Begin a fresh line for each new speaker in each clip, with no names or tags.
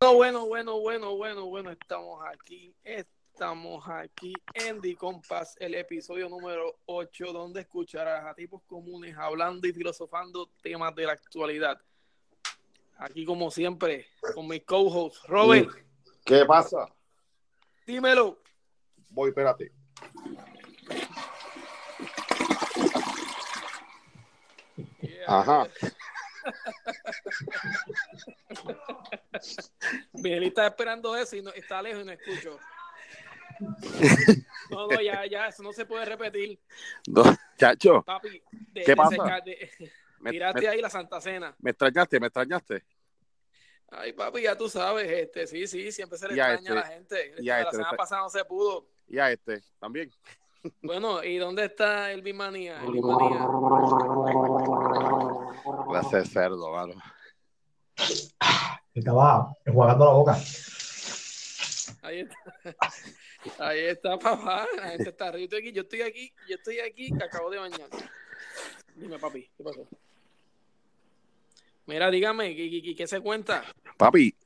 Bueno, bueno, bueno, bueno, bueno, estamos aquí, estamos aquí en The Compass, el episodio número 8, donde escucharás a tipos comunes hablando y filosofando temas de la actualidad. Aquí, como siempre, con mis co-hosts, Robert,
¿Qué pasa?
dímelo.
Voy, espérate. Ajá.
Miguel está esperando eso y no- está lejos y no escucho. No, no, ya, ya, eso no se puede repetir,
No, chacho,
papi. De-
¿Qué
de
pasa?
secar- de-
me,
tiraste
me-
ahí la Santa Cena.
me extrañaste, me extrañaste.
Ay, papi, ya tú sabes, este, sí, sí, siempre se le
Y a
extraña a la gente. Este,
a
la
este le
semana
está-
pasada no se pudo.
Y a este también.
Bueno, ¿y dónde está el Bimanía? El Bimanía.
Gracias, cerdo, mano.
Estaba enjuagando la boca.
Ahí está. Ahí está, papá. La gente está arriba. Yo estoy aquí, yo estoy aquí, yo estoy aquí, que acabo de bañar. Dime, papi, ¿qué pasó? Mira, dígame, ¿qué, qué, qué- qué se cuenta?
Papi,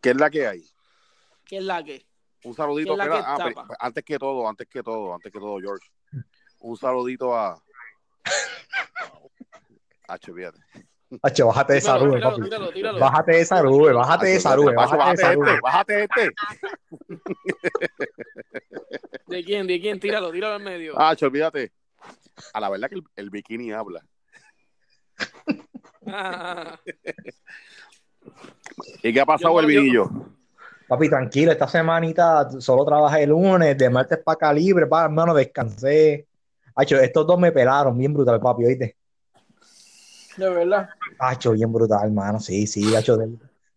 ¿qué es la que hay?
¿Qué es la que?
Un
¿Qué
saludito.
es la
mira,
que
ah, pero-
tapa?
antes que todo, antes que todo, antes que todo, George. Un saludito a. H, fíjate.
Hacho, bájate de esa
Tíralo,
nube,
tíralo,
papi.
tíralo, tíralo.
Bájate de esa nube, bájate de esa nube,
Macho,
bájate de esa nube.
este, bájate este.
¿De quién? ¿De quién? Tíralo, tíralo al medio.
Hacho, olvídate. A la verdad que el, el bikini habla.
Ah, ah, ah.
¿Y qué ha pasado
Yo-
el
yo-
vinillo?
Papi, tranquilo, esta semanita solo trabajé el lunes, de martes para acá libre, pa, hermano, descansé. Hacho, estos dos me pelaron, bien brutal, papi, oíste.
De verdad.
Hacho, bien brutal, hermano, sí, sí, hacho, de,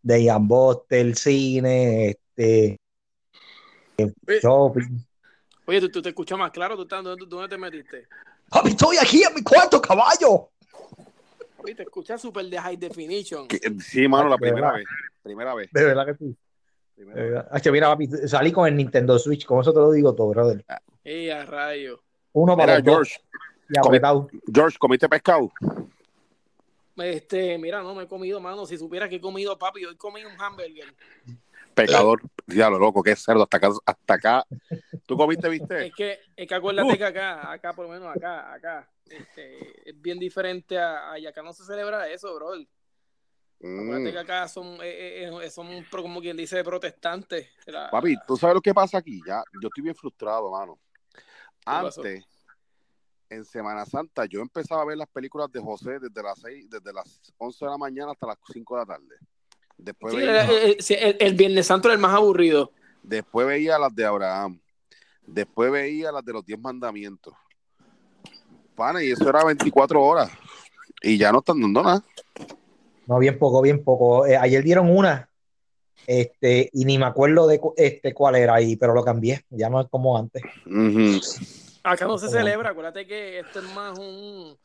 de Ian Boster, el cine, este,
Oye,
shopping.
Oye, tú, tú te escuchas más claro, tú estás, ¿dónde, dónde te metiste?
Papi, estoy aquí en mi cuarto, caballo.
Oye, te escuchas súper de high definition.
Que- Sí, mano, la
Macho, de
primera
verdad.
vez. Primera vez.
De verdad que sí.
primera
de
vez.
verdad. Hacho, mira, papi, salí con el Nintendo Switch, con eso te lo digo todo, brother.
¡Ey, a rayo!
Uno para
Mira,
los dos,
George,
y apretado.
George, ¿comiste pescado?
Este, mira, no me he comido, mano. Si supieras que he comido, papi, hoy comí un hamburger.
Pecador, diablo, loco, qué cerdo, hasta acá, hasta acá. ¿Tú comiste, viste?
Es que, es que
Uh.
acuérdate que acá, acá, por lo menos acá, acá, este, es bien diferente a, a- y acá no se celebra eso, bro. Acuérdate
Mm.
que acá son, eh, eh, eh, son pro- como quien dice, protestantes. La-
Papi, ¿tú sabes lo que pasa aquí? Ya, yo estoy bien frustrado, mano.
pasó?
Antes, en Semana Santa, yo empezaba a ver las películas de José desde las seis, desde las 11 de la mañana hasta las 5 de la tarde. Después,
Sí,
veía,
era- eh, eh, sí, el, el Viernes Santo era el más aburrido.
después veía las de Abraham. Después veía las de los 10 mandamientos. Pana, y eso era 24 horas. Y ya no están dando nada.
No, bien poco, bien poco. Eh, ayer dieron una, este, y ni me acuerdo de cu- este, cuál era ahí, pero lo cambié. Ya no es como antes.
Ujú.
Acá
Oh.
no se
Como-
celebra, acuérdate que esto es más un.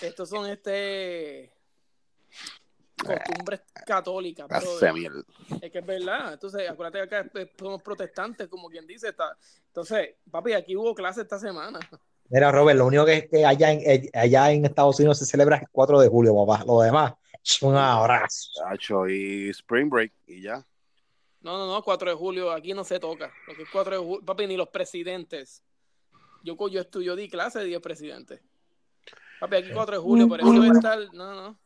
Estos son este. costumbres católicas. brother.
Hace mierda.
Es que es verdad. Entonces, acuérdate que acá eh, somos protestantes, como quien dice. Está... Entonces, papi, aquí hubo clase esta semana.
Mira, Robert, lo único que es que allá en, eh, allá en Estados Unidos se celebra el 4 de julio, papá. Lo demás, un abrazo.
Chacho, y Spring Break, y ya.
No, no, no, 4 de julio, aquí no se toca. Lo que es 4 de julio, papi, ni los presidentes. Yo, co- yo, estu- yo di clase de 10 presidentes. Papi, aquí 4 de julio, por eso debe estar. No, no.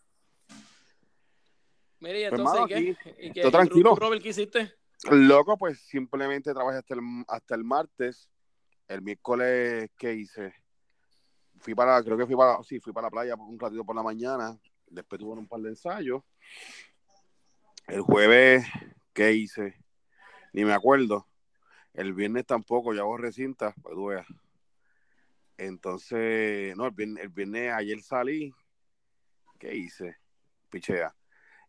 Mire, y
Pues,
entonces,
mano,
¿y ¿qué? ¿Y qué?
Yo tranquilo.
¿Y tú, Robert, qué hiciste?
Loco, pues simplemente trabajé hasta el, hasta el martes. El miércoles, ¿qué hice? Fui para, creo que fui para, sí, fui para la playa por un ratito por la mañana. Después tuve un par de ensayos. El jueves, ¿qué hice? Ni me acuerdo. El viernes tampoco, ya borré cinta, para que tú veas. Entonces, no, el viernes, el viernes ayer salí. ¿Qué hice? Pichea.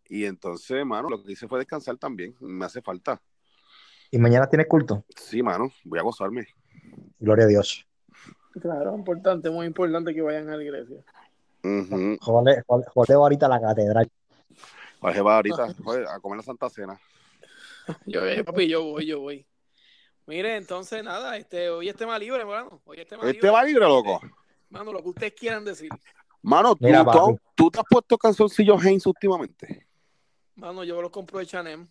Y entonces, mano, lo que hice fue descansar también. Me hace falta.
Y mañana tienes culto.
Sí, mano, voy a gozarme.
Gloria a Dios.
Claro, importante, muy importante que vayan a la iglesia.
Ujú.
Jole, jole- joleo ahorita a la catedral.
Jorge va ahorita joder, a comer la Santa Cena.
Yo, eh, papi, yo voy, yo voy. Mire, entonces nada, este, hoy es tema libre, mano. Hoy es tema
Este
libre.
va libre, loco.
Mano, lo que ustedes quieran decir.
Mano, tú,
Mira,
tú-
papi.
tú te has puesto canzoncillos Heinz últimamente.
Mano, yo los compro de H&M. Chanem.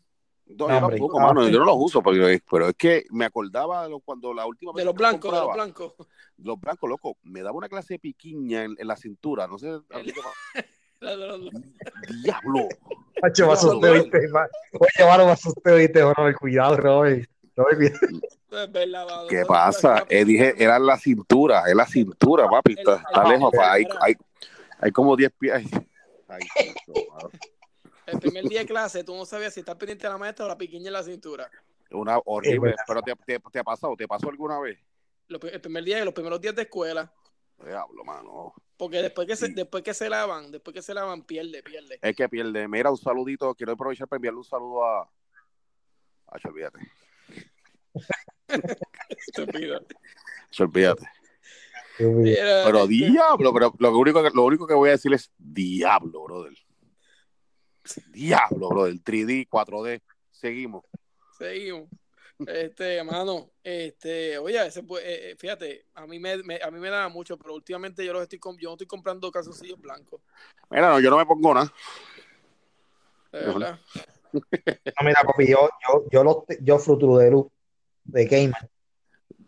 No,
No,
yo
hombre,
tampoco,
¿cómo
mano,
Ah,
así?
yo no los uso, pero, pero es que me acordaba de lo- cuando la última vez
De los
que
blancos, de
compraba,
los blancos.
los blancos, loco, me daba una clase de piquiña en, en la cintura, no sé, a ti te-
De los blancos.
diablo.
Macho, me asusté, viste. ma- Oye, mano, me asusté, viste, Robert. Cuidado, Robert. Robert, cuidado.
Es verdad, mano.
¿Qué pasa? Eh, dije, era en la cintura, es la cintura, papi, está, está lejos, pa, hay, hay, hay como 10 pies. Ay, coño, mano.
El primer día de clase, tú no sabías si estás pendiente a la maestra o la piquiña en la cintura.
Una horrible,
verdad.
pero te, te, te ha pasado, te pasó alguna vez.
Lo pri- el primer día, los primeros días de escuela.
Diablo, mano.
Porque después que se,
Sí.
después que se lavan, después que se lavan, pierde, pierde.
Es que pierde. Mira, un saludito, quiero aprovechar para enviarle un saludo a. Ay, olvídate,
Estúpido.
olvídate.
Era-
Pero diablo, pero lo que único que, lo único que voy a decir es diablo, brother. Diablo, brother. 3D, 4D. Seguimos.
Seguimos. Este, hermano, este, oye, ese, pues, eh, eh, fíjate, a mí me, me- a mí me da mucho, pero últimamente yo los estoy com- yo no estoy comprando calzoncillos blancos,
Mira, no, yo no me pongo nada.
de
Ujú.
verdad.
No, mira, papi, yo, yo, yo, los, yo fruturo de luz de Game.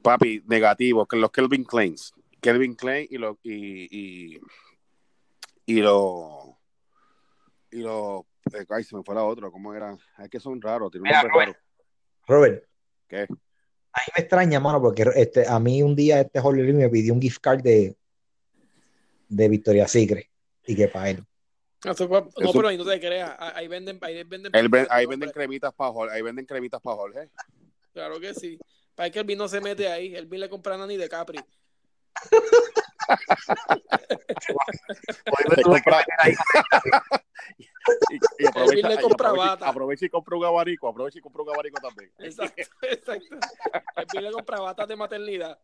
Papi, negativo. Que los Kelvin Kleins. Kelvin Klein y los. Y, y, y los. Y los. eh, Ay, se me fue la otra. ¿Cómo era? Es que son raros. Tienen un
Mira,
nombre raro.
Robert.
¿Qué?
A mí me extraña, mano, porque este, a mí un día este Jorge Luis me pidió un gift card de, de Victoria Secret. Y que para él.
No, eso fue- no,
Eso-
pero ahí no te creas, ah, ahí venden, ahí venden,
Él ven- ahí
no,
venden
hombre,
cremitas para Jorge. Ahí venden cremitas para Jorge.
claro que sí. Para que el vino se mete ahí, el vino le compra a Nani de Capri.
Te compra- y, y
Elvin
aprovecha,
le
y
compra
aprovecha-
bata.
aprovecha y compra un abanico. Aprovecha y compra un abanico también.
Exacto, exacto. El vino le compra batas de maternidad.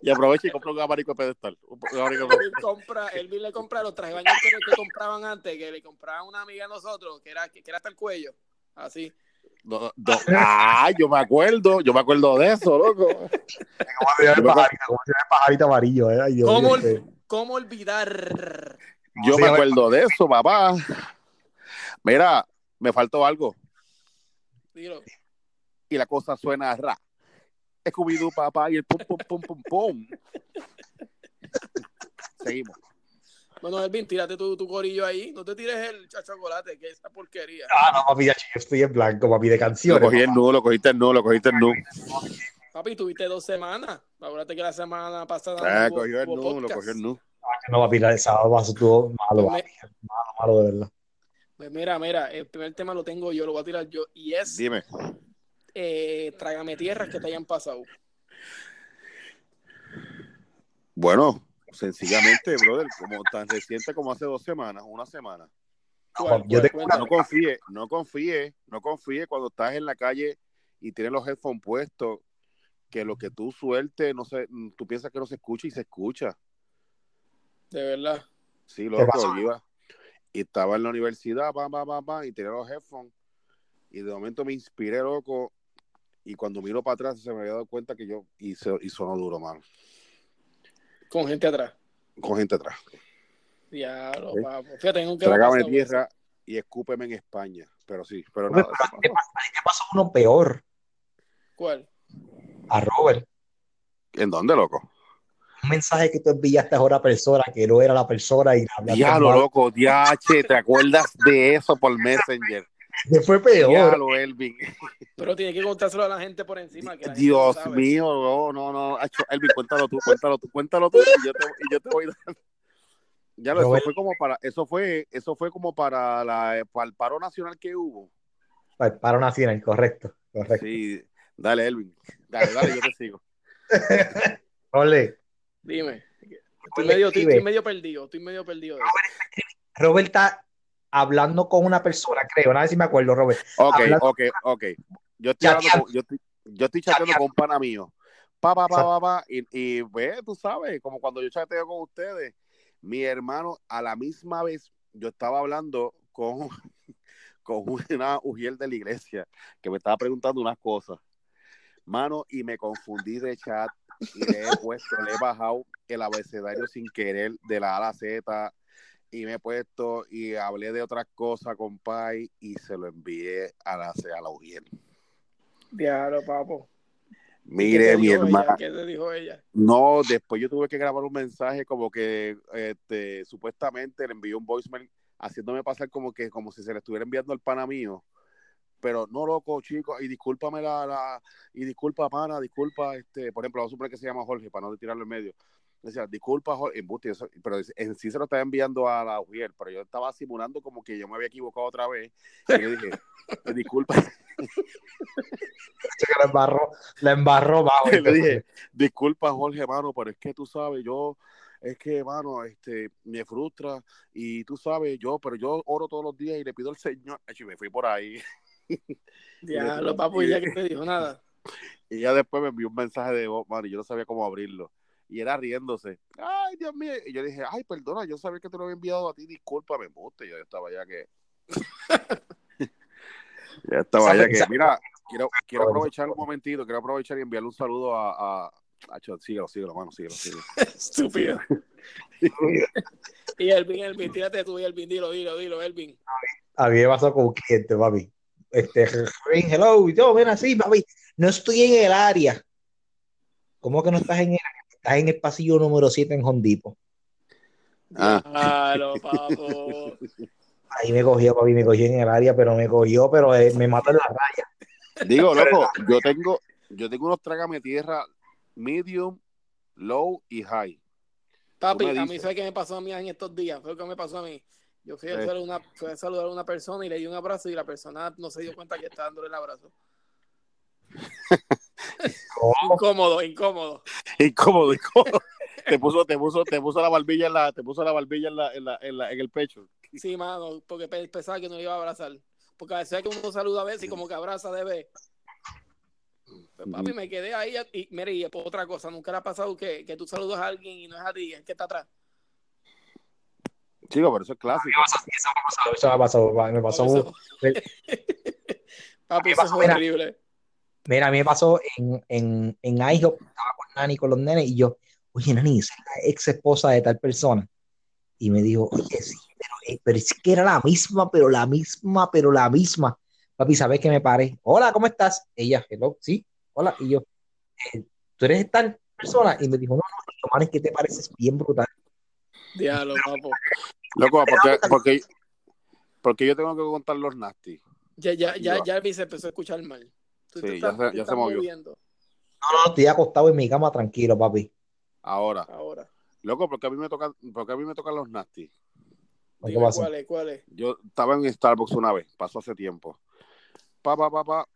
Y aprovecha y compra un abanico de pedestal. Un un abanico de pedestal.
Él compra, él le compra los trajes de baño que, que compraban antes, que le compraba una amiga a nosotros, que era, que, que era hasta el cuello. Así.
No, no. Ah, yo me acuerdo, yo me acuerdo de eso, loco.
¿Cómo se llama el pajarito? ¿Cómo se llama el pajarito amarillo? eh? Ay, Dios
¿Cómo,
mío, este.
cómo olvidar?
Yo me acuerdo de eso, papá. Mira, me faltó algo
Dilo.
y la cosa suena a ra. Scooby-Doo, papá, y el pum, pum, pum, pum, pum. Seguimos.
Bueno, Elvin, tírate tu, tu corillo ahí. No te tires el cha- chocolate, que esa porquería.
Ah, no, papi, ya, yo estoy en blanco, papi, de
Lo
canciones.
cogí el nudo, lo cogiste el nudo, lo cogiste el nudo.
Papi, tuviste dos semanas. Acuérdate que la semana pasada.
Ah,
no hubo-
cogió el
hubo
nudo, lo
podcast.
cogió el nudo.
No, papi, el sábado pasó todo malo,
Pues,
papi. Malo, malo, de verdad.
Pues mira, mira, el primer tema lo tengo yo, lo voy a tirar yo. Y es
Dime.
eh, Trágame Tierras que te hayan pasado.
Bueno, sencillamente, brother, como tan reciente como hace dos semanas, una semana.
¿Cuál,
yo
cuál?
te-
Cuéntame.
No confíe, no confíe, no confíe cuando estás en la calle y tienes los headphones puestos, que lo que tú sueltes, no sé, mm, tú piensas que no se escucha y se escucha.
De verdad.
Sí, loco,
pasó?
yo iba. Y estaba en la universidad, pam, pam, pam, pam, y tenía los headphones. Y de momento me inspiré, loco. Y cuando miro para atrás se me había dado cuenta que yo y, se- y sonó duro, mano.
Con gente atrás.
Con gente atrás.
Diablo,
Ok.
papo. Fíjate, nunca me ha
Trágame
pasado eso.
tierra y escúpeme en España. Pero sí, pero
Hombre,
nada.
pero
eso
¿qué
pasó.
pasó? ¿Qué pasó uno peor?
¿Cuál?
A Robert.
¿En dónde, loco?
Un mensaje que tú enviaste a otra persona que no era la persona y la hablaste
Diablo,
mal.
loco, diache, ¿te acuerdas de eso por Messenger?
Que fue peor.
Diablo, Elvin.
Pero tiene que contárselo a la gente por encima. que la gente
Dios
no sabe.
mío, no, no, no. Acho, Elvin, cuéntalo tú, cuéntalo tú, cuéntalo tú, y yo te, y yo te voy dando. Ya lo, eso
Robert.
fue como para, eso fue, eso fue como para la para el paro nacional que hubo.
Para Paro nacional, correcto. correcto.
Sí, dale, Elvin. Dale, dale, yo te sigo.
Ole,
Dime. Estoy
Robert
medio, estoy-
escribe,
estoy medio perdido. Estoy medio perdido. de eso.
Robert está hablando con una persona, creo. Nada si me acuerdo, Robert.
Ok,
Habla-
ok, ok. Yo estoy
Chateando.
hablando con- yo estoy, yo estoy chateando con un pana mío. Pa, pa, pa,
Exacto.
pa, pa. Y, y ve, tú sabes, como cuando yo chateo con ustedes, mi hermano, a la misma vez, yo estaba hablando con, con una ujiel de la iglesia que me estaba preguntando unas cosas. Mano, y me confundí de chat y le he puesto, le he bajado el abecedario sin querer de la A a la Z. y me he puesto y hablé de otras cosas con Pai y se lo envié a la, a la Ujiel.
Diablo, papo.
Mire, mi hermana.
¿Qué te dijo ella?
No, después yo tuve que grabar un mensaje como que este, supuestamente le envió un voicemail haciéndome pasar como que como si se le estuviera enviando al pana mío. Pero no, loco, chico, y discúlpame la, la- y disculpa, pana, disculpa, este, por ejemplo, vamos a suponer que se llama Jorge, para no tirarlo en medio. Decía, disculpa, Jorge, embuste, eso- pero en sí se lo estaba enviando a la Ujiel, pero yo estaba simulando como que yo me había equivocado otra vez. Y yo dije, "Eh, disculpa,
Che, que la embarró, la embarró bajo.
le dije, disculpa Jorge, mano, pero es que tú sabes, yo, es que, mano, este, me frustra y tú sabes, yo, pero yo oro todos los días y le pido al Señor, Ach, y me fui por ahí.
Diablo, papo, ¿y ella que te dijo? Nada.
Y ya después me envió un mensaje de voz, mano, y yo no sabía cómo abrirlo. Y era riéndose. Ay, Dios mío. Y yo le dije, ay, perdona, yo sabía que te lo había enviado a ti, discúlpame, bote. Yo estaba ya que... ya estaba ya que... Mira, quiero, quiero aprovechar un momentito, quiero aprovechar y enviarle un saludo a... a... Acho, síguelo, síguelo, mano, síguelo, síguelo.
Estúpido. Y Elvin, Elvin, tírate tú, Elvin, dilo, dilo, dilo, Elvin.
A mí me pasó con un cliente, papi. Este, ring, hello, yo, ven así, papi. No estoy en el área. ¿Cómo que no estás en el área? Estás en el pasillo número 7 en Hondipo.
Ah.
Diablo, papo.
Ahí me cogió, papi, me cogió en el área, pero me cogió, pero eh, me mató en la raya.
Digo, loco, yo tengo, yo tengo unos trágame tierra medium, low y high.
Papi,
Tú me
a mí
dices.
fue que me pasó a mí en estos días, fue lo que me pasó a mí. Yo fui a,
Eh.
saludar a una, fui a saludar a una persona y le di un abrazo y la persona no se dio cuenta que estaba dándole el abrazo. Incómodo, incómodo.
Incómodo, incómodo. Te puso, te puso, te puso la barbilla en la, te puso la barbilla en la, en la, en la- en el pecho.
Sí, mano, porque pe- pensaba que no le iba a abrazar. Porque a veces que uno saluda a veces y como que abraza de vez. Pues,
Mm.
papi, me quedé ahí y mire, y por otra cosa, nunca le ha pasado que, que tú saludas a alguien y no es a ti, es que está atrás.
Chico, pero eso es clásico.
Eso me pasó, eso me pasó, papi, me pasó.
Papi, eso- Papi, eso es
Mira.
horrible.
Mira, a mí me pasó en, en, en IHOP, estaba con Nani, con los nenes, y yo, oye, Nani, esa es la ex esposa de tal persona. Y me dijo, oye, sí, pero, eh, pero es que era la misma, pero la misma, pero la misma. Papi, ¿sabes qué me paré? Hola, ¿cómo estás? Ella, hello, sí, hola. Y yo, "Eh, ¿tú eres tal persona? Y me dijo, no, no, yo, man, es que te pareces bien brutal.
Diablo, papo.
Loco, porque, porque, porque yo tengo que contar los nasty.
Ya, ya,
Ahí
ya,
va.
ya Elvis se empezó a escuchar mal. Tú
Sí,
te
ya
estás-
se- ya
te
se
estás
movió.
moviendo
No, no, estoy acostado en mi cama tranquilo, papi.
Ahora,
ahora.
loco, porque a mí me tocan, porque a mí me tocan los nasty.
¿Qué
Dime
pasó?
cuál es, cuál es.
Yo estaba en Starbucks una vez, pasó hace tiempo. Pa, pa, pa, pa.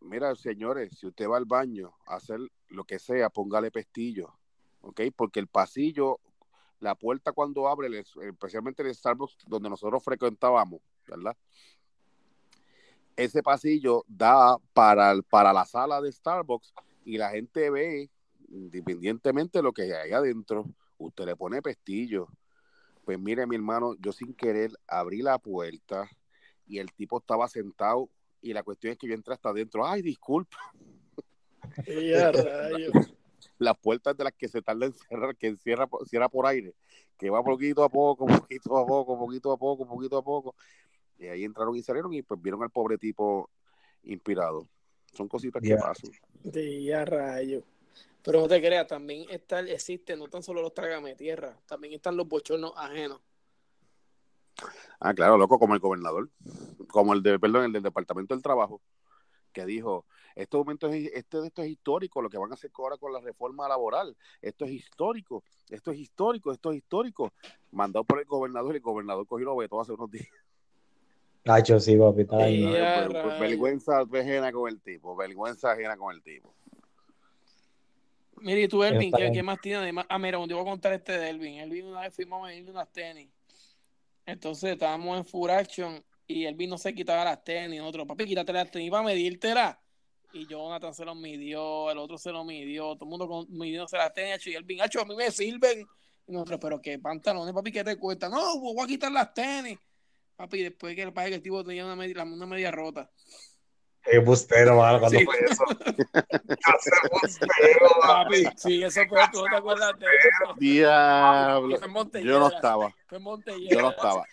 Mira, señores, si usted va al baño a hacer lo que sea, póngale pestillo, ¿ok? Porque el pasillo, la puerta cuando abre, el- especialmente el Starbucks donde nosotros frecuentábamos, ¿verdad? Ese pasillo da para, el- para la sala de Starbucks y la gente ve, independientemente de lo que hay adentro, usted le pone pestillo. Pues mire, mi hermano, yo sin querer abrí la puerta y el tipo estaba sentado y la cuestión es que yo entré hasta adentro. Ay, disculpa,
Ya, rayos.
las puertas de las que se tarda en cerrar, que encierra, por- cierra por aire, que va poquito a poco, poquito a poco, poquito a poco, poquito a poco. Y ahí entraron y salieron y pues vieron al pobre tipo inspirado. Son cositas
Ya.
que pasan.
Ya, rayo. Pero no te creas, también está, existen no tan solo los trágame tierra, también están los bochornos ajenos.
Ah, claro, loco, como el gobernador, como el de, perdón, el del Departamento del Trabajo, que dijo, este momento es, este, esto es histórico, lo que van a hacer ahora con la reforma laboral, esto es histórico, esto es histórico, esto es histórico, mandado por el gobernador, el gobernador cogió lo vetó hace unos días.
Nacho, sí, papi, está
Sí,
ahí.
Ya,
Pero, pues,
rayo.
vergüenza ajena con el tipo, vergüenza ajena con el tipo.
Mira, y tú, Elvin,
Está
¿qué,
bien.
qué más tiene? además? Ah, mira, yo voy a contar este de Elvin. Elvin una vez fuimos a medirle unas tenis. Entonces estábamos en Full Action y Elvin no se quitaba las tenis. Nosotros, papi, quítate las tenis para medírtelas. Y Jonathan se los midió, el otro se lo midió, todo el mundo con- midiéndose las tenis. Y Elvin, hacho, a mí me sirven. Y nosotros, pero qué pantalones, papi, ¿qué te cuesta? No, voy a quitar las tenis. Papi, después que el paje que el tipo tenía una media, una media rota.
Qué bustero, mano, cuando
Sí.
fue eso. Ya se bustero, mano.
Papi, sí, eso fue, tú no te acuerdas de eso.
Diablo.
Fue en Montelledra,
Yo no estaba,
Fue en
yo no
Montelledra.
estaba.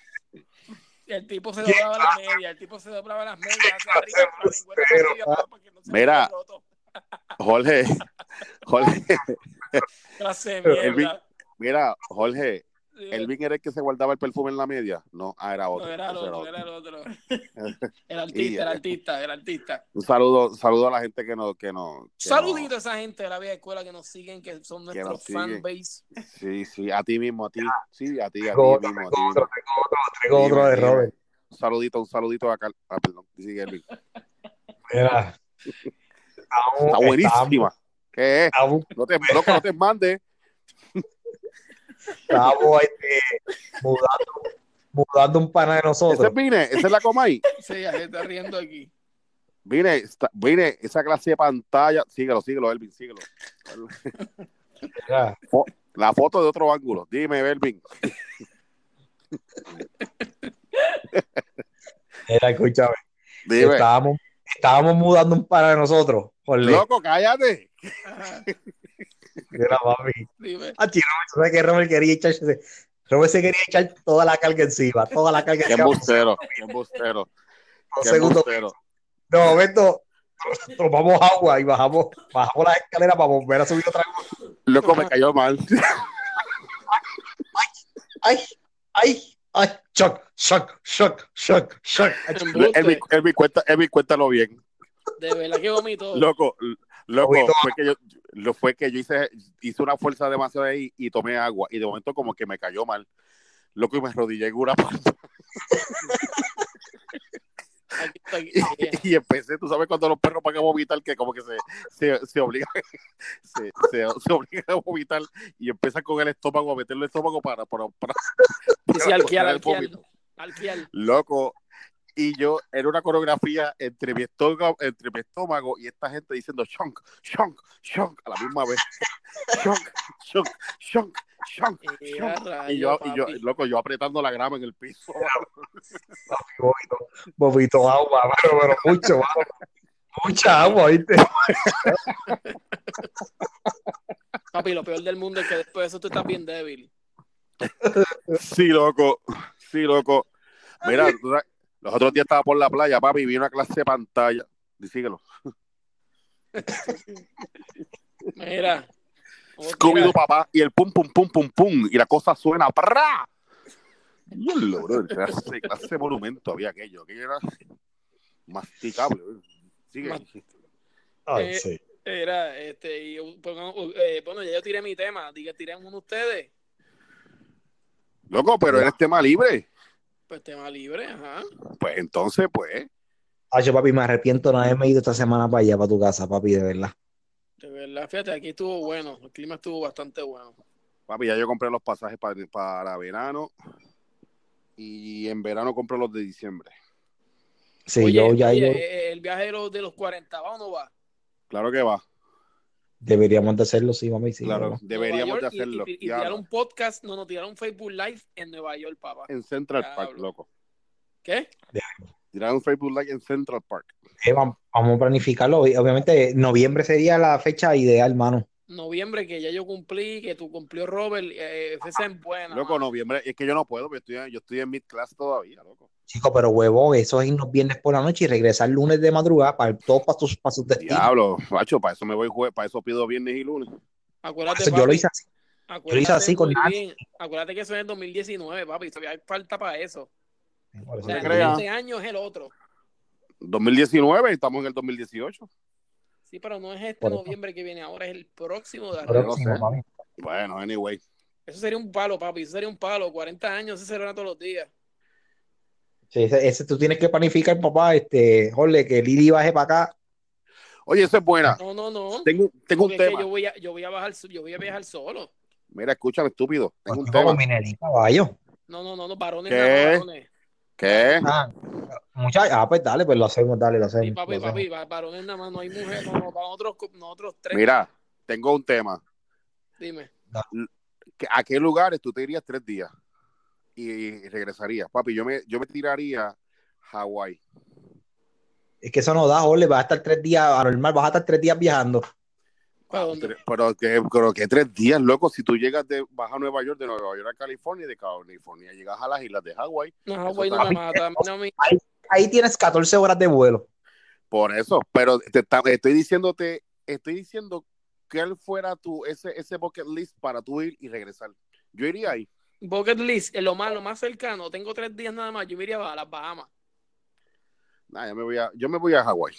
El tipo se doblaba las medias, el tipo se doblaba las medias. hacía arriba,
Qué
la lengüeta para
grosero.
arriba, para que no se
Mira.
vea roto.
Jorge, Jorge,
Clase de
El
mierda.
mira, Jorge,
Sí,
¿Elvin era el que se guardaba el perfume en la media? No, ah, era otro.
No, era el
ese era
otro,
otro. eh,
era el otro. El artista, el artista, el artista.
Un saludo, un saludo a la gente que no, que no. que no-
Saludito a esa gente de la vieja escuela que nos siguen, que son
Que
nuestros
nos siguen.
fanbase.
Sí, sí, a ti mismo, a ti. Sí, a ti, a ti
Tengo otro,
mismo, a ti
tengo otro,
mismo.
tengo otro, tengo otro de
Dime, dime.
Robert.
Un saludito, un saludito a Carlos. Ah, perdón, sigue Elvin.
Mira.
Está
Estábamos-
buenísima. ¿Qué es?
estábamos-
No te, loco, no te mandes.
estábamos este, mudando, mudando un pana de
Ese
nosotros.
es Vine, esa es la Comay.
Sí, ya se está riendo aquí.
Vine, esta- Vine, esa clase de pantalla. Síguelo, síguelo, Elvin, síguelo.
Mira,
La foto de otro ángulo. Dime, Elvin.
mira, escúchame.
Dime.
Estábamos, estábamos mudando un pana de nosotros. Jorge.
Loco, cállate.
Ajá,
Mira, papi.
dime.
Ah, tío, Robert, ¿sabes que Robert quería echarse? Robert se quería echar toda la carga encima, toda la carga
Qué
encima. Un
embustero, qué embustero. Qué
segundo,
embustero.
de momento, tomamos agua y bajamos, bajamos las escaleras para volver a subir otra vez.
Loco, me cayó mal.
¡Ay! ¡Ay! ¡Ay! ¡Shock! ¡Shock! ¡Shock! ¡Shock! ¡Shock!
Embuste.
Elvin, Elvin, cuenta, Elvin, cuéntalo bien.
De verdad que vomito.
Loco, l- loco,
Poquito.
fue que yo, lo fue que yo hice, hice una fuerza demasiado ahí y tomé agua. Y de momento como que me cayó mal. Loco, y me arrodillé en una parte
Aquí eh, está, aquí.
y empecé, tú sabes cuando los perros van a vomitar, que como que se, se, se obligan, se, se, se obligan a vomitar y empiezan con el estómago, a meterle el estómago para, para, para,
Sí, sí, alquial,
para el
alquial.
vómito.
Alquial.
Loco. Y yo era una coreografía entre mi estómago, entre mi estómago y esta gente diciendo shonk, shonk, shonk a la misma vez. Shonk, shonk, shonk, shonk.
Eh,
shonk.
a
Y yo,
rayos,
y yo,
papi.
loco, yo apretando la grama en el piso.
Bobito, bobito agua, mano, pero mucho, mano. Mucha agua, ¿viste?
Papi, lo peor del mundo es que después de eso tú estás bien débil.
Sí, loco. Sí, loco. Mira, tú sabes, los otros días estaba por la playa, papi, y vi una clase de pantalla. Y síguelo.
Mira. Oh,
Scooby-Doo,
mira,
papá, y el pum, pum, pum, pum, pum, y la cosa suena, ¡prá! Diablo, bro, clase, clase de monumento había aquello, aquello era masticable. bro. Sigue. Eh,
Ay, sí. Era, este, y, yo- pongo- eh, bueno, ya yo tiré mi tema. Diga, tiren uno ustedes.
Loco, pero eres tema libre.
Pues tema libre, ajá.
Pues entonces, pues,
Ay, yo, papi, me arrepiento de no haberme ido esta semana para allá, para tu casa, papi, de verdad.
De verdad, fíjate, aquí estuvo bueno. El clima estuvo bastante bueno.
papi, ya yo compré los pasajes para, para verano y en verano compro los de diciembre.
Sí,
Oye,
yo ya
oye,
yo
eh, eh, el viaje de los, de los 40 va o no va.
Claro que va,
deberíamos de hacerlo, sí, mami, sí.
claro,
¿no?
deberíamos
Nueva
de
York y-
hacerlo.
Y, y
diablo,
tirar un podcast, no, no, tirar un Facebook Live en Nueva York, papá.
En Central Park,
Diablo.
loco.
¿Qué?
Tirar un Facebook Live en Central Park.
Eh, vam- vamos a planificarlo. Ob- Obviamente, noviembre sería la fecha ideal, hermano.
Noviembre, que ya yo cumplí, que tú cumplió Robert, eh, esa es buena.
Loco, noviembre, es que yo no puedo, porque estoy, yo estoy en mid class todavía, loco.
Chico, pero huevón, eso es irnos viernes por la noche y regresar lunes de madrugada para todos para sus, para sus destinos.
Diablo, macho, para eso me voy jueves, para eso pido viernes y lunes.
Acuérdate,
Eso yo lo
papi,
hice así.
acuérdate
yo lo hice así con
muy
Nancy.
bien. Acuérdate que eso es el 2019, papi, todavía hay falta para eso.
Por
O
eso
sea,
te
te
creas.
digo.
este año es el otro.
2019, estamos en el 2018.
Sí, pero no es este
Por eso.
noviembre que viene ahora, es el próximo de arriba.
Próximo,
sé.
papi.
Bueno, anyway.
Eso sería un palo, papi, eso sería un palo. 40 años se celebra todos los días.
Sí, ese, ese tú tienes que planificar, papá, este, jole, que Lili baje para acá.
Oye, eso es buena.
No, no, no.
Tengo, tengo un
Porque es que
tema.
yo voy a, yo voy a bajar, so- yo voy a viajar solo.
Mira, escúchame, estúpido. Tengo un
Contigo
tema.
con Minerita, caballo.
No, no, no, no, varones,
¿Qué?
nada, varones.
¿Qué?
Ah, muchachos, ah, pues dale, pues lo hacemos, dale, lo hacemos.
Sí, papi,
lo hacemos.
papi, va- varones nada más, no hay mujeres, no, no, para nosotros, nosotros tres.
Mira, tengo un tema.
Dime.
¿Qué- ¿A qué lugares tú te irías tres días? Y regresarías. Papi, yo me, yo me tiraría Hawái.
Es que eso no da, ole, vas a estar tres días, anormal, vas a estar tres días viajando.
¿Para dónde?
Tre- Pero que, pero que tres días, loco, si tú llegas de, vas a Nueva York, de Nueva York a California, y de California llegas a las islas de Hawái,
No, Hawái no me mata. No, me-
Ahí tienes 14 horas de vuelo.
por eso, pero te está- estoy diciéndote, estoy diciendo que él fuera tu, ese, ese bucket list para tú ir y regresar. Yo iría ahí.
Bucket list, es lo más, lo más cercano. Tengo tres días nada más. Yo me iría a las Bahamas.
Nah, Ah, yo me voy a, yo me voy a Hawái.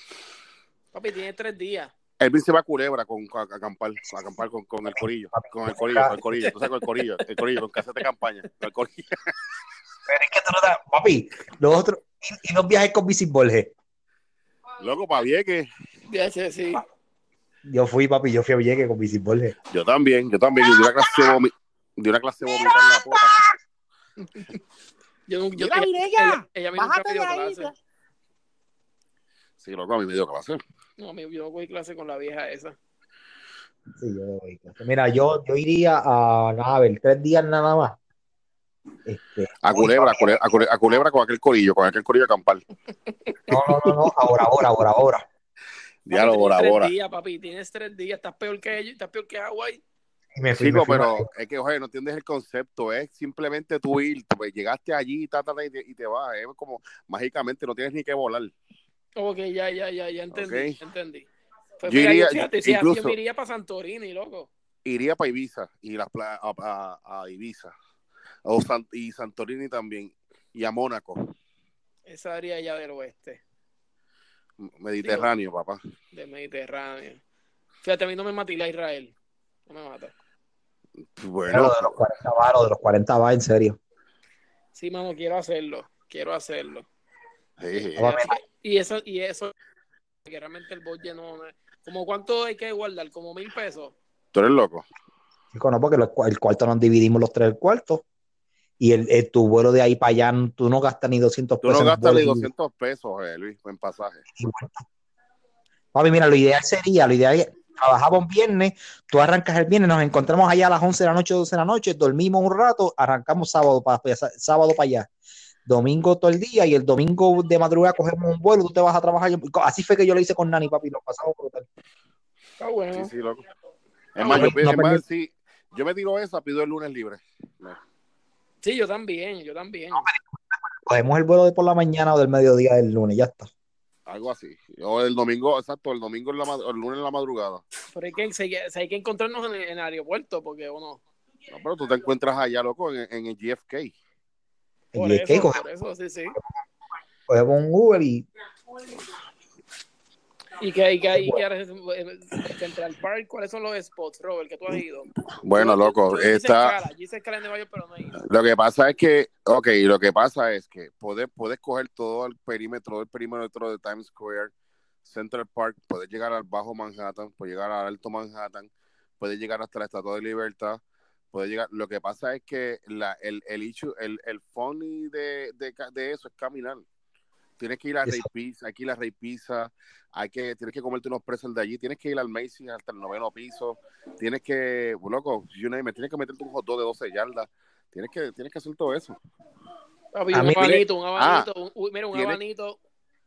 Papi, tiene tres días.
Elvin se va a Culebra con, con- a acampar, a acampar con, con el corillo, con el corillo, con el corillo, tú sabes, con el corillo, el corillo, con casete de campaña, con el corillo.
Pero es que tú no te- papi, los otros, y, y los viajes con bici Borges.
Loco, para Vieques,
Ya sé, sí.
Yo fui, papi, yo fui a Villegas con bici Borges.
yo también, yo también, de una clase de vomi- de una clase de vomitar en la popa.
Yo, nu- yo,
Mira,
ella,
Mireya,
ella- ella a mí nunca
bájate
pidió
de ahí,
clase.
Sí, loco, a mí me dio clase.
No, mi- yo cogí clase con la vieja esa.
Sí, yo voy. Mira, yo, yo iría a Navel, tres días nada más. Este,
A culebra, a culebra, a culebra, a culebra con aquel corillo, con aquel corillo de acampar.
no, no, no, no, ahora, ahora, ahora, ahora.
Diablo,
Papi,
bora,
tienes
bora.
Tres días, papi, tienes tres días. Estás peor que ellos, estás peor que Hawái.
Y me fui,
Chico,
me fui
pero
mal.
es que, oye, no entiendes el concepto, es simplemente tú ir, tú, pues, llegaste allí ta, ta, ta, y, te, y te vas, es como mágicamente no tienes ni que volar.
Ok, ya, ya, ya, ya entendí.
Ok.
entendí. Pues
Yo
mira,
iría-
fíjate, si así
incluso-
yo me iría para Santorini, loco.
Iría para Ibiza y las pla- a, a- a Ibiza o San- y Santorini también y a Mónaco,
Esa área allá del oeste,
Mediterráneo, papá.
del Mediterráneo. Fíjate, a mí no me matila Israel. No me mata.
Pero
Bueno,
lo de los 40 va, lo de los 40 va, en serio.
Sí, mano, quiero hacerlo. Quiero hacerlo.
sí, sí.
Vamos a ver.
Y eso, y eso, que realmente el bolle no. no- ¿Como cuánto hay que guardar? ¿Como mil pesos?
tú eres loco.
Chico, no, porque los cua- el cuarto nos dividimos los tres el cuarto. Y el, el- tu vuelo de ahí para allá, tú no gastas ni 200
Tú
pesos.
no
Pues en
gastas ni
vuelo.
200 pesos, eh, Luis, en pasaje.
Papi, mira, lo ideal sería, lo ideal es, trabajamos viernes, tú arrancas el viernes, nos encontramos allá a las 11 de la noche, 12 de la noche, dormimos un rato, arrancamos sábado para sábado para allá. Domingo todo el día y el domingo de madrugada cogemos un vuelo, tú te vas a trabajar. Yo- así fue que yo lo hice con Nani, papi, lo pasamos brutal.
Está bueno.
Sí, sí, loco. Es
Ah,
más,
bueno,
yo, pido-
no
es más,
permite-
sí, yo me tiro esa, pido el lunes libre.
Sí, yo también, yo también.
Cogemos el vuelo de por la mañana o del mediodía del lunes, ya está.
Algo así. O el domingo, exacto, el domingo en la mad- o el lunes en la madrugada.
Pero hay que, se- se- hay que encontrarnos en el, en el aeropuerto porque uno.
No, pero tú te encuentras allá, loco, en, en el GFK.
Por
Y es que
eso,
coge-
por eso, sí, sí.
cogemos un Uber y
Y que hay que, hay que ahora es- eh, Central Park, ¿cuáles son los spots, Robert, que tú has ido?
Bueno,
Yo- yo-
loco,
yo hice
está.
escala, yo hice escala en Nueva York, pero no he ido.
Lo que pasa es que, ok, lo que pasa es que puedes, puedes coger todo el perímetro, el perímetro de Times Square, Central Park, puedes llegar al Bajo Manhattan, puedes llegar al Alto Manhattan, puedes llegar hasta la Estatua de Libertad, puedes llegar. Lo que pasa es que la, el, el issue, el, el funny de, de, ca- de eso es caminar. Tienes que ir a Rey
Exacto.
Pizza, aquí la Rey Pizza, hay que, tienes que comerte unos pretzels de allí, tienes que ir al Macy's hasta el noveno piso, tienes que, loco, you name it, tienes que meterte un hot dog de 12 yardas. Tienes que, tienes que hacer todo eso.
Papi,
A
un
mí-
abanito, un abanito, un- uy, mira, un
Ah, tiene-
abanito.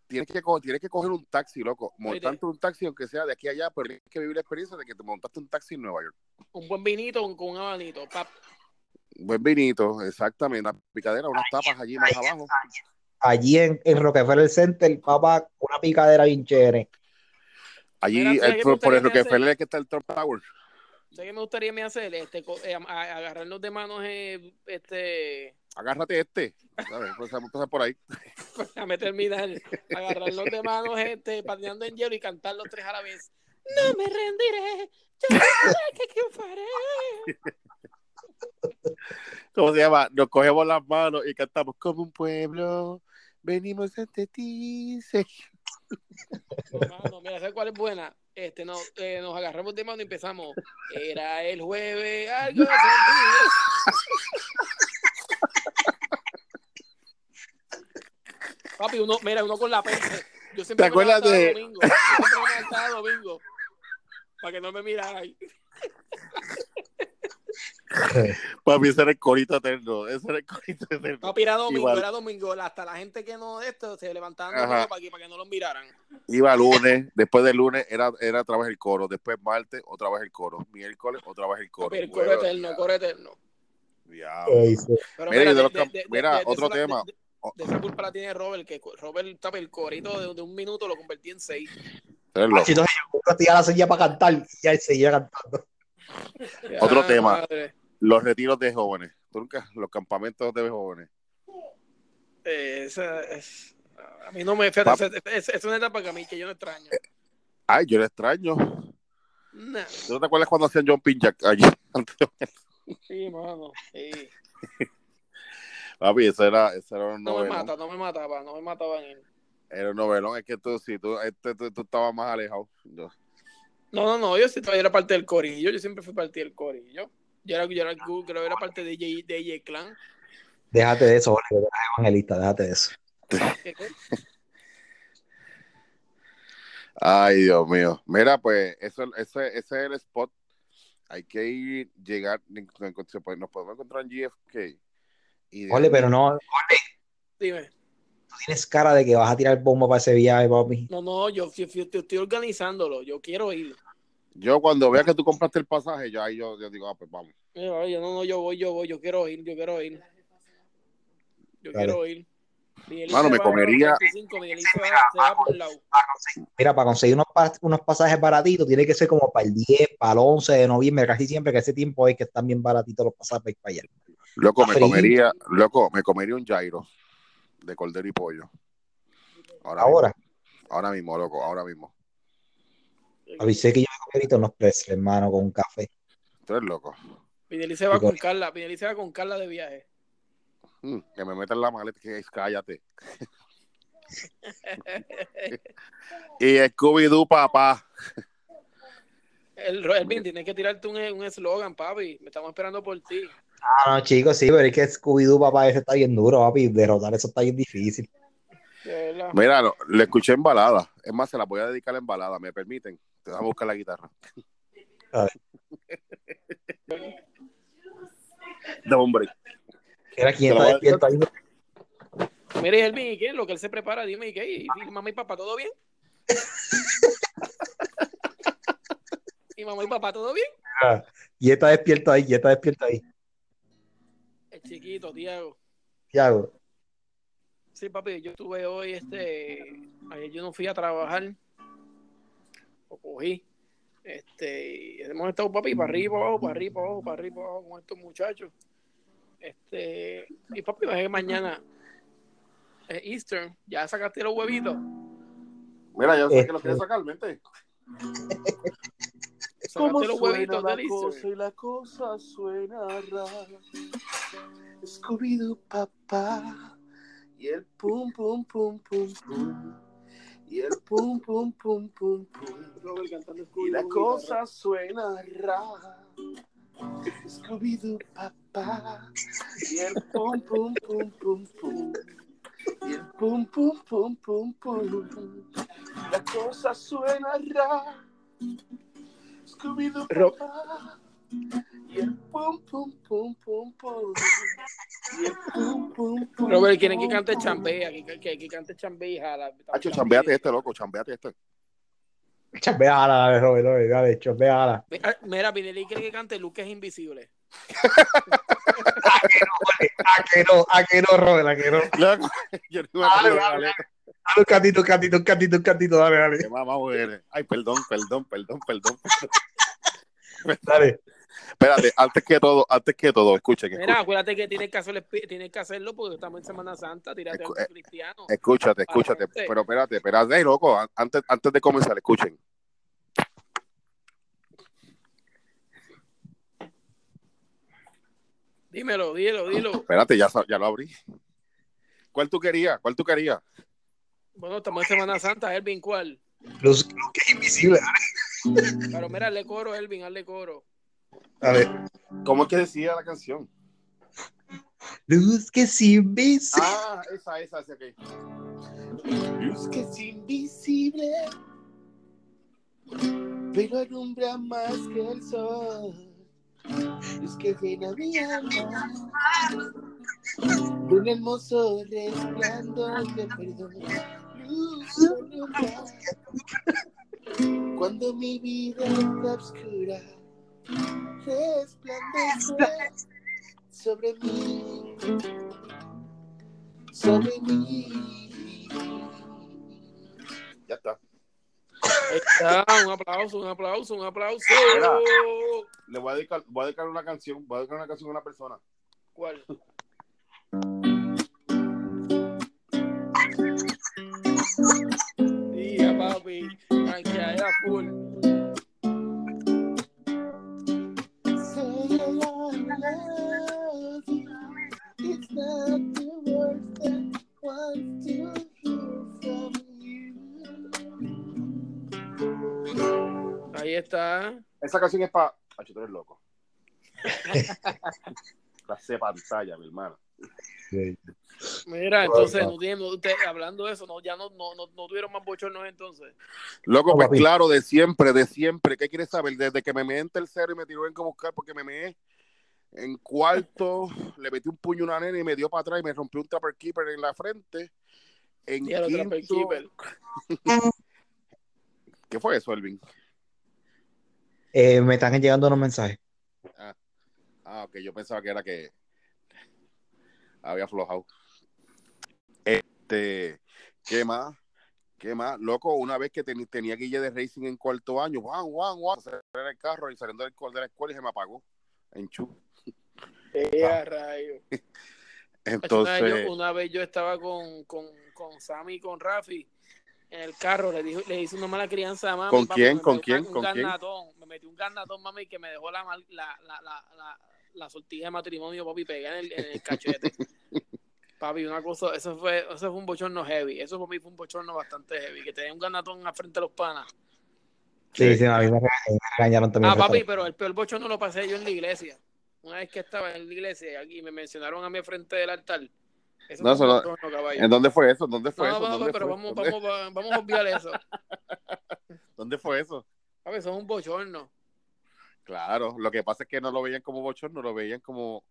Tienes que, co- tienes que coger un taxi, loco.
Oye.
Montarte un taxi, aunque sea de aquí a allá, pero tienes que vivir la experiencia de que te montaste un taxi en Nueva York.
un buen vinito un- con un abanito. pap.
Buen vinito, exactamente. Una picadera, unas tapas allí más abajo.
allí en, en Rockefeller Center, papá, una picadera bien chévere.
Allí,
Mira, ¿sabes
el-
qué me
por, por el
gustaría hacer?
Rockefeller es que está el Trump Tower.
¿Sabes qué me gustaría a mí hacer? Este, co- eh, a- a- agarrarnos de manos, eh, este,
Agárrate este. ¿Sabes? Empezamos a empezar por ahí.
déjame terminar, agarrarnos de manos, este, pateando en hielo y cantar los tres a la vez. No me rendiré, yo sé que triunfaré.
¿Cómo se llama? Nos cogemos las manos y cantamos como un pueblo. Venimos ante ti. Sergio".
Hermano, mira, ¿sabes cuál es buena? Este, no, eh, nos agarramos de mano y empezamos. Era el jueves, algo de sentido. Papi, uno, mira, uno con la peste. Yo siempre
¿Te acuerdas
me levantaba
de-
domingo. Yo siempre me levantaba domingo. Para que no me miraran.
Papi, ese era el corito eterno. Ese era el corito eterno.
Papi, era domingo,
Igual.
era domingo. Hasta la gente que no de esto se levantaban
Ajá.
temprano para, aquí, para que no los miraran.
Iba lunes, después del lunes era, era otra vez el coro, después martes otra vez el coro, miércoles otra vez el coro.
Papi, el coro
Bueno,
eterno, el coro eterno.
diablo.
¿Qué hice?
Pero
Mira, y de
de-
los
de-
cam-
de- de-
mira,
de- de
otro
esa-
tema.
De, de esa culpa la tiene Robert, que Robert, papi, el corito de, de un minuto lo convertí en seis.
Eres loco.
Si no, yo compro a tirar la silla para cantar y ya él seguía cantando.
Otro
Ah,
tema.
madre.
Los retiros de jóvenes. Tú nunca- los campamentos de jóvenes.
Eh, esa es- a mí no me. fíjate,
Papi.
esa- esa- esa es una etapa que a mí que yo no extraño.
Eh. Ay, yo le extraño.
Nah.
¿Tú no te acuerdas cuando hacían John Pinjack allí? Antes de-
Sí, mano. sí.
Papi, eso era, eso era un
No me
novelón.
mata, no me mataba, no me mataban.
era un novelón. Es que tú, sí, tú, este, tú, tú estabas más alejado. Yo-
No, no, no, yo sí todavía era parte del corillo, yo siempre fui parte del corillo. Yo era, yo era, yo creo que era parte de J, de J Clan.
Déjate de eso, Jorge, que tú eres evangelista, déjate de eso.
Ay, Dios mío. Mira, pues, eso, ese, ese es el spot. Hay que ir, llegar. se puede- Nos podemos encontrar en GFK. Y de-
Jorge, pero no,
Dime.
tú tienes cara de que vas a tirar bomba para ese viaje, papi.
No, no, yo, yo- yo- yo estoy organizándolo, yo quiero ir.
Yo cuando vea que tú compraste el pasaje, ya ahí yo, yo digo, ah, pues vamos.
Mira, Eh, Yo, no, no, yo voy, yo voy, yo quiero ir, yo quiero ir. Yo
Dale.
quiero ir. Miguelito
Mano,
se
me
va por
comería-
25, Miguelito se va, se va por el lado.
Para conseguir- Mira, para conseguir unos, pa- unos pasajes baratitos, tiene que ser como para el 10, para el 11 de noviembre, casi siempre, que ese tiempo es que están bien baratitos los pasajes para ir para allá.
Loco, me
Está frío.
comería, loco, me comería un gyro de cordero y pollo. Ahora,
Ahora,
Mismo, ahora mismo, loco, ahora mismo.
avisé que yo me comí ahorita unos pretzels, hermano, con un café.
Tú eres loco.
Miguelito se va con Carla, Miguelito se va con Carla de viaje.
Mm, que me metan la maleta, que cállate. y Scooby-Doo, papá.
El, Elvin, tienes que tirarte un un eslogan, papi. Me estamos esperando por ti.
Ah, no, chicos, sí, pero es que Scooby-Doo, papá, ese está bien duro, papi. Derrotar eso está bien difícil.
De verdad.
Mira, lo, lo escuché en balada. Es más, se la voy a dedicar en balada, ¿me permiten? Te voy a buscar la guitarra.
A
No, hombre.
Era quien
Pero
está
bueno,
despierto ahí.
Mire, Elvin, ¿y qué? Lo que él se prepara, dime, ¿y qué? ¿Y, y mamá y papá todo bien? ¿Y mamá y papá todo bien?
Y está despierto ahí, y está despierto ahí.
El chiquito, Tiago.
Tiago,
Sí, papi, yo estuve hoy, este. Ayer yo no fui a trabajar. Lo cogí. Este. y Hemos estado, papi, para arriba, para abajo, para arriba, para abajo, para arriba, para abajo con estos muchachos. Este. Y papi, va a ser mañana. eh, Eastern, ya sacaste los huevitos.
Mira, ya sé que lo
Este.
quieres sacar, vente.
Sacaste los huevitos del Eastern.
y la cosa suena rara. Scooby-Doo, papá. Y el pum, pum, pum, pum, pum. Y el pum, pum, pum, pum, pum.
Robert cantando
Y
Scooby-Doo
la
con guitarra.
cosa suena rara. Scooby-Doo, papá. Y el pum, pum, pum, pum, pum. Y el pum, pum, pum, pum, pum. Y la cosa suena rara. Scooby-Doo,
Ro-
papá. Y el pum, pum, pum, pum, pum. Y el pum, pum, pum.
Robert, quieren que
pum,
cante
pum.
chambea, que, que, que cante chambea y jala.
Hacho, chambeate este, loco, chambeate este.
chambea ala, dale, Robert, Robert, dale, chambea ala.
Mira, Mira, Pinelli quiere que cante Luke es invisible.
A que no, a que no, Robert, a que no.
Loco, yo no me
Dale,
acuerdo de la
dale,
letra.
Dale un cantito, un cantito, un cantito, un cantito, dale, dale.
Qué mamá eres. Ay, perdón, perdón, perdón, perdón.
Dale.
Espérate, antes que todo, antes que todo, escuchen,
Mira,
escuchen,
acuérdate que tienes que, hacerlo, tienes que hacerlo porque estamos en Semana Santa, tírate
Escu-
a
eh,
un cristiano.
escúchate, escúchate,
Sí.
pero espérate, espérate, Ey, loco, an- antes, antes de comenzar, escuchen.
Dímelo, dilo, dilo.
Espérate, ya, sa- ya lo abrí. ¿Cuál tú querías? ¿Cuál tú querías?
Bueno, estamos en Semana Santa, Elvin, ¿cuál?
Luz, luz que es invisible, dale.
Pero mira, hazle coro, Elvin, hazle coro.
Dale.
¿Cómo es que decía la canción?
Luz que es invisible.
Ah, esa, esa, esa, ok.
Luz que es invisible, pero alumbra más que el sol. Es que llena mi alma de un hermoso resplandor de perdón. Luz sombra. Cuando mi vida está oscura, resplandece sobre mí, sobre mí.
Ya está.
Ahí está, un aplauso, un aplauso, un aplauso.
Mira. Le voy a dedicar, voy a dedicar una canción, voy a dedicar una canción a una persona.
¿Cuál? Tía, papi, aquí era full.
Say I love you. It's not the words that want to hear from you.
Ahí está.
Esa canción es para. Hacho, tú eres loco. La sé pantalla, mi hermano.
Mira, entonces, no tienen, no, ustedes, hablando de eso, no, ya no, no, no, no tuvieron más bochornos entonces.
Loco,
No,
pues
papi.
claro, de siempre, de siempre. ¿Qué quieres saber? Desde que me meé en tercero y me tiró en que buscar porque me meé en cuarto, le metí un puño a una nena y me dio para atrás y me rompió un trapper keeper en la frente. En
Y al otro
quinto,
Trapper Keeper.
¿Qué fue eso, Elvin?
Eh, me están llegando unos mensajes.
Ah, ok, yo pensaba que era que había aflojado. Este, ¿qué más? ¿Qué más? Loco, una vez que teni- tenía guille de racing en cuarto año, guau, guau, guau, se en el carro y saliendo del cor- de la escuela y se me apagó en chu.
Eh, a rayo. Entonces, una, vez
Ah. Entonces,
yo, una vez yo estaba con, con, con Sammy y con Rafi en el carro, le, dijo, le hice una mala crianza a mami.
¿Con
papi,
quién?
me
¿Con
metió
quién?
Un,
¿Con quién?
garnatón, me metí un garnatón, mami, que me dejó la, mal- la, la, la, la, la sortija de matrimonio, papi, pegada en el, en el cachete. papi, una cosa, eso fue, eso fue un bochorno heavy. Eso para mí fue un bochorno bastante heavy, que te den un garnatón al frente de los panas.
Sí, sí, a mí me, re- me regañaron también.
Ah, papi, pero el peor bochorno lo pasé yo en la iglesia. Una vez que estaba en la iglesia y me mencionaron a mí al frente del altar. Eso
No,
fue un
solo-
bochorno, caballo.
¿en dónde fue eso? ¿Dónde fue
pues. No,
eso?
papá,
¿Dónde
pero
fue?
vamos,
¿Dónde-
vamos, va- vamos a obviar eso.
¿Dónde fue eso?
A ver, son un bochorno.
Claro, lo que pasa es que no lo veían como bochorno, lo veían como,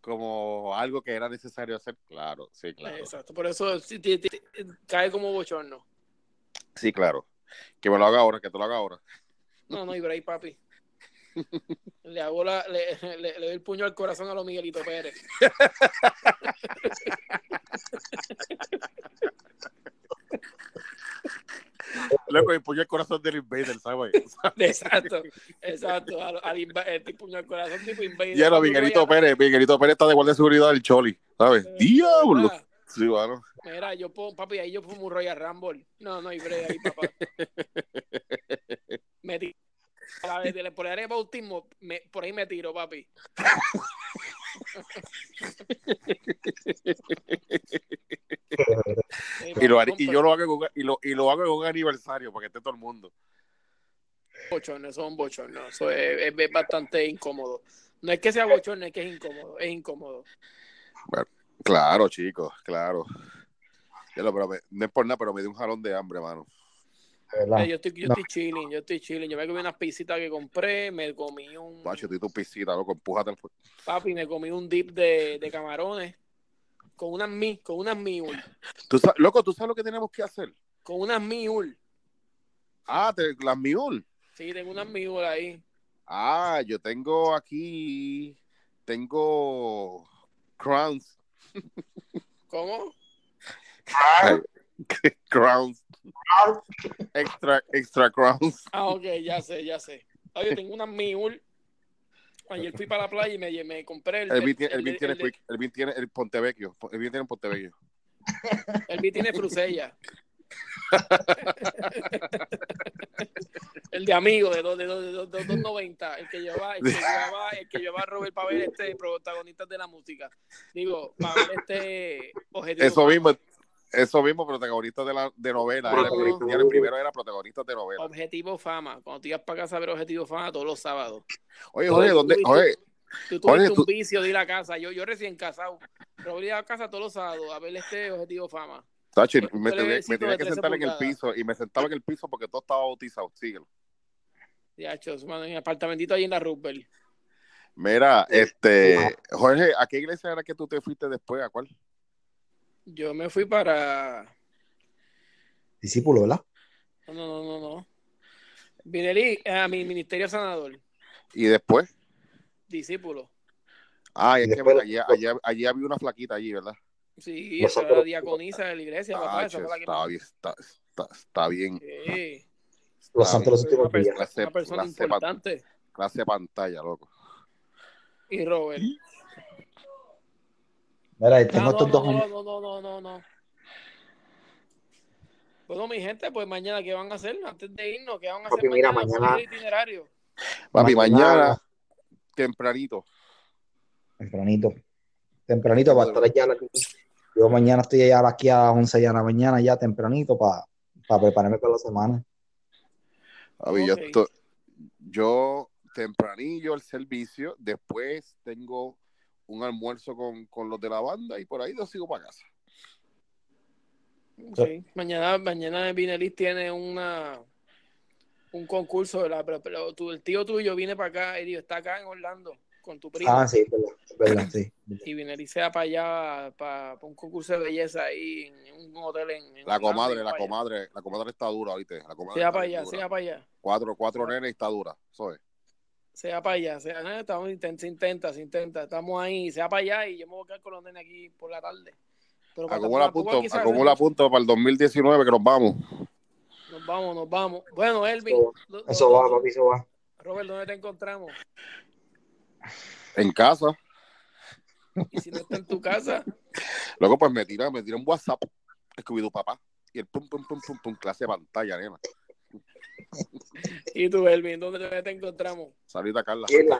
como algo que era necesario hacer. Claro, sí, claro.
Exacto, por eso sí, ti- ti- cae como bochorno.
Sí, claro. Que me lo haga ahora, que te lo haga ahora.
No, no, y break, papi. Le hago la, le, le, le doy el puño al corazón a los Miguelito Pérez.
Loco, y puño el corazón del invader, ¿sabes?
Exacto, exacto. Al, al inva- el puño al corazón tipo invader.
Y ahora
Cuando
Miguelito
vaya-
Pérez, Miguelito Pérez está de guardia de seguridad del Choli, ¿sabes? ¡Diablo!
Ah,
Sí, bueno.
Mira, yo pongo, papi, ahí yo pongo un Royal Rumble. No, no, hay break ahí, papá. Me tiro. A la vez del- por el área de bautismo, me- por ahí me tiro, papi. Sí,
Y, lo
papi,
haré- y yo lo hago, en un- y, lo, y lo hago en un aniversario para que esté todo el mundo.
bochorno, eso es un bochorno. Eso es, es- es bastante incómodo. No es que sea bochorno, es que es incómodo. Es incómodo.
Claro, chicos, claro. Ya lo- pero me- no es por nada, pero me dio un jalón de hambre, mano.
O
pero.
sea, Eh, yo estoy, yo
no.
estoy chilling, yo estoy chilling. Yo me comí unas pisitas que compré, me comí un
Macho, estoy tu piscina, loco, empújate. al fu-
papi, me comí un dip de, de camarones con unas mi, con unas miul,
¿Tú sa- loco, ¿tú sabes lo que tenemos que hacer?
con unas miul.
Ah, te- las miul.
Sí, tengo unas miul ahí.
Ah, yo tengo aquí, tengo crowns.
¿Cómo?
crowns. Extra, extra crowns.
Ah, ok, ya sé, ya sé. Oye, tengo unas miul. Ayer fui para la playa y me, me compré el.
El Vin tiene,
el-
el Vin tiene,
el de-
quick, el Vin tiene el Pontevecchio. El Vin tiene un Pontevecchio.
El B tiene frusella. el de amigo de dos- de dos- de dos- de 290, el que llevaba, el que llevaba, el que llevaba a Robert para ver este protagonista de la música. Digo, para ver este objetivo.
Eso mismo, eso mismo, protagonista de la de novela. Era-
Protagonista.
el primero era protagonista de novela.
Objetivo fama. Cuando tú ibas para casa a ver objetivo fama todos los sábados.
Oye, Jorge, ¿dónde? Oye,
Tú tuviste
Oye, tú-
un vicio de ir a casa. Yo, yo recién casado. Robert iba a casa todos los sábados a ver este objetivo fama.
Tachi,
tú
me,
eres
tenía- me
besito
tenía
de
que
13
sentar en el
pulgadas.
piso y me sentaba en el piso porque todo estaba bautizado. Síguelo.
Ya, chos, mano, en el apartamentito ahí en la Rupert.
Mira, este, Jorge, ¿a qué iglesia era que tú te fuiste después? ¿A cuál?
Yo me fui para.
Discípulo, ¿verdad?
No, no, no, no. Virelí, a mi ministerio sanador,
¿Y después?
discípulo.
Ah,
Y
es que
después-
allí, allí- allí había una flaquita allí, ¿verdad?
Sí,
Nosotros-
esa era la diaconisa de la iglesia, papá.
Ah,
Esa
che,
fue la que
está, bien, está, está, está bien.
Sí,
Los
Ah,
santos de los
fue una,
últimos días.
persona,
días.
una persona
La cepa- la cepa-
importante.
Clase de pantalla, loco.
Y Robert.
Mira, tengo
Ah, no,
estos dos
no,
amigos.
no, no, no, no, no. Bueno, mi gente, pues mañana, ¿qué van a hacer? Antes de irnos, ¿qué van a hacer
Papi, mira,
mañana? ¿Cuál
mañana-
es el itinerario?
Papi,
Mañana-
mañana, tempranito.
Tempranito. Tempranito para estar allá. a la- Yo mañana estoy allá aquí a las 11 de la mañana, ya tempranito, para, para prepararme para la semana.
Papi, yo,
Ok.
estoy, yo tempranillo el servicio, después tengo un almuerzo con, con los de la banda y por ahí los sigo para casa.
Sí. Mañana, mañana Vinelis tiene una un concurso, ¿verdad? Pero, pero tu- el tío tuyo viene para acá, Eddie, está acá en Orlando con tu primo.
Ah, sí, es verdad, es verdad, sí.
Y Vinelis se va para allá, para, para un concurso de belleza ahí en, en un hotel en, en
La
Orlando,
comadre,
y
la
para Ah, allá.
comadre, la comadre está dura, ¿viste? La
Se
comadre
va
está
para
bien
allá,
dura.
se va para allá.
Cuatro, cuatro nenes y está dura, ¿sabes?
Se va para allá, se va, eh, estamos, intent- se intenta, se intenta, estamos ahí, se va para allá y yo me voy a quedar con los nenes aquí por la tarde. Pero para
Acumula
tampoco
puntos,
quizás
acumula
hacer mucho.
puntos para el 2019 que nos vamos.
Nos vamos, nos vamos. Bueno, Elvin,
Eso-
do- do-
Eso va,
do-
papi, eso va.
Robert, ¿dónde te encontramos?
En casa.
Y si no está en tu casa,
Luego pues me tira, me tira un WhatsApp, escribido papá. Y el pum, pum, pum, pum, pum, clase de pantalla, nena.
y tú, Elvin, ¿dónde te- te encontramos?
Saludita, Carla.
¿Quién la,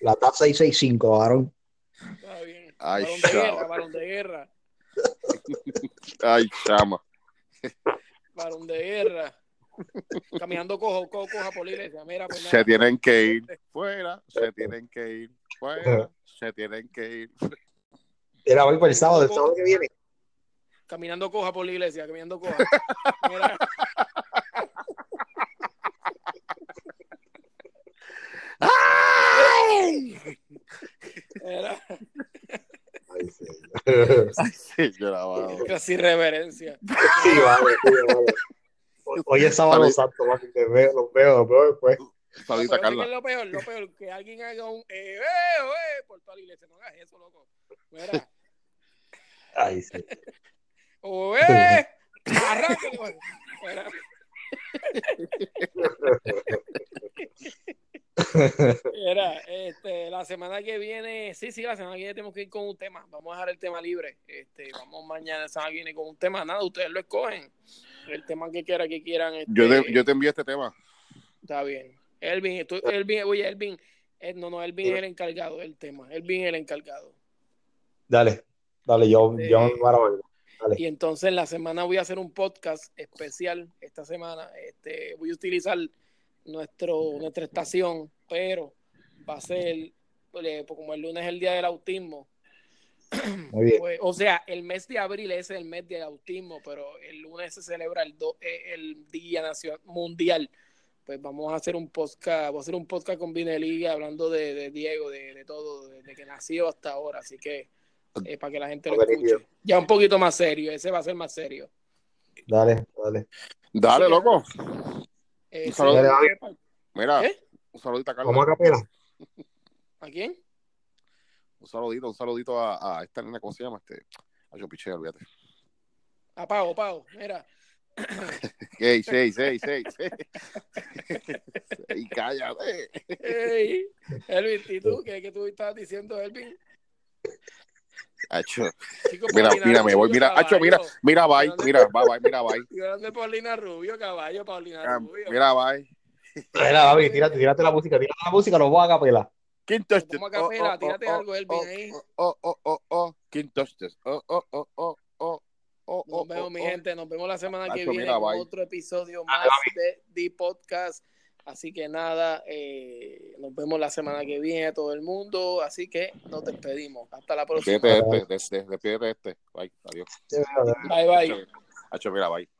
la TAP 665, varón?
Está bien.
Ay,
Balón de guerra,
chaval.
balón de guerra,
Ay, chama.
balón de guerra. Caminando cojo, cojo, coja por la iglesia. Mira, pues nada.
Se tienen que ir fuera, se tienen que ir fuera, se tienen que ir.
Era hoy para el sábado, el sábado que viene.
Caminando coja por la iglesia, caminando coja. Mira, mira.
Ay, sí.
Sí,
Sí,
yo la bajo.
Casi reverencia.
vale, sí, vale. O- Hoy es sábado
Vale.
santo, papi, te veo, los veo, los veo después.
Saludita,
Pero ¿sabes
Carla.
qué es lo peor, lo peor, que alguien haga un eh, eh, eh, por toda la iglesia. No hagas eso, loco. Mira.
Ay, sí.
O eh, pues. arranca, güey. Mira. Era, este, la semana que viene, sí, sí, la semana que viene tenemos que ir con un tema. Vamos a dejar el tema libre. Este, vamos mañana, la semana que viene con un tema. Nada, ustedes lo escogen. El tema que quiera que quieran. este,
Yo te, yo te envié este tema.
Está bien. Elvin, tú- Elvin, oye, Elvin, eh, no, no, Elvin es el encargado del tema. Elvin es el encargado.
Dale, dale, yo,
Este-
yo me paro algo.
Y entonces la semana voy a hacer un podcast especial esta semana. Este, voy a utilizar nuestro, nuestra estación, pero va a ser eh, como el lunes es el día del autismo.
Muy bien.
Pues, o sea, el mes de abril es el mes del autismo, pero el lunes se celebra el, do- eh, el Día Nacional Mundial. Pues vamos a hacer un podcast, voy a hacer un podcast con Vinelí hablando de, de Diego, de, de todo, desde que nació hasta ahora. Así que eh, para que la gente lo
Ok,
escuche. Ya un poquito más serio, ese va a ser más serio.
Dale, dale.
Dale,
Sí,
loco.
Eh,
Un saludo.
sí,
Mira,
¿Eh?
un saludito a
Vamos
Carla.
a capela.
¿A quién?
Un saludito, un saludito a, a esta nena, ¿cómo se llama? Este, a yo piché, olvídate.
A Pau, Pau, mira.
Ey, seis, seis, seis, seis. Y cállate.
Ey, Elvin, ¿y tú? ¿Qué, qué tú estabas diciendo, Elvin?
Acho.
Chico,
Mira,
Paulina
mira, me voy,
Rubio,
mira, acho, mira,
caballo.
mira, bye, mira, bye, bye, mira, bye.
Estoy hablando de Paulina Rubio, caballo, Paulina
Ah,
Rubio.
Mira, bye.
Mira, David, tírate, tírate la música, tírate la música, los voy a capela.
¿Quién
Como a capela, tírate algo, Elvin, ahí.
Oh, oh, oh, oh. ¿Quién tostes? Oh, oh, oh, oh, oh, oh,
Nos
oh,
vemos,
oh,
mi
oh.
gente. Nos vemos la semana que
Nacho,
viene
mira,
con
bye.
otro episodio más de The Podcast. Así que nada, eh, nos vemos la semana que viene todo el mundo. Así que nos despedimos. Hasta la próxima.
Despídete de este, des- des- despídete de este. Bye, adiós.
Sí, mira,
Bye, bye.
Acho, mira, bye.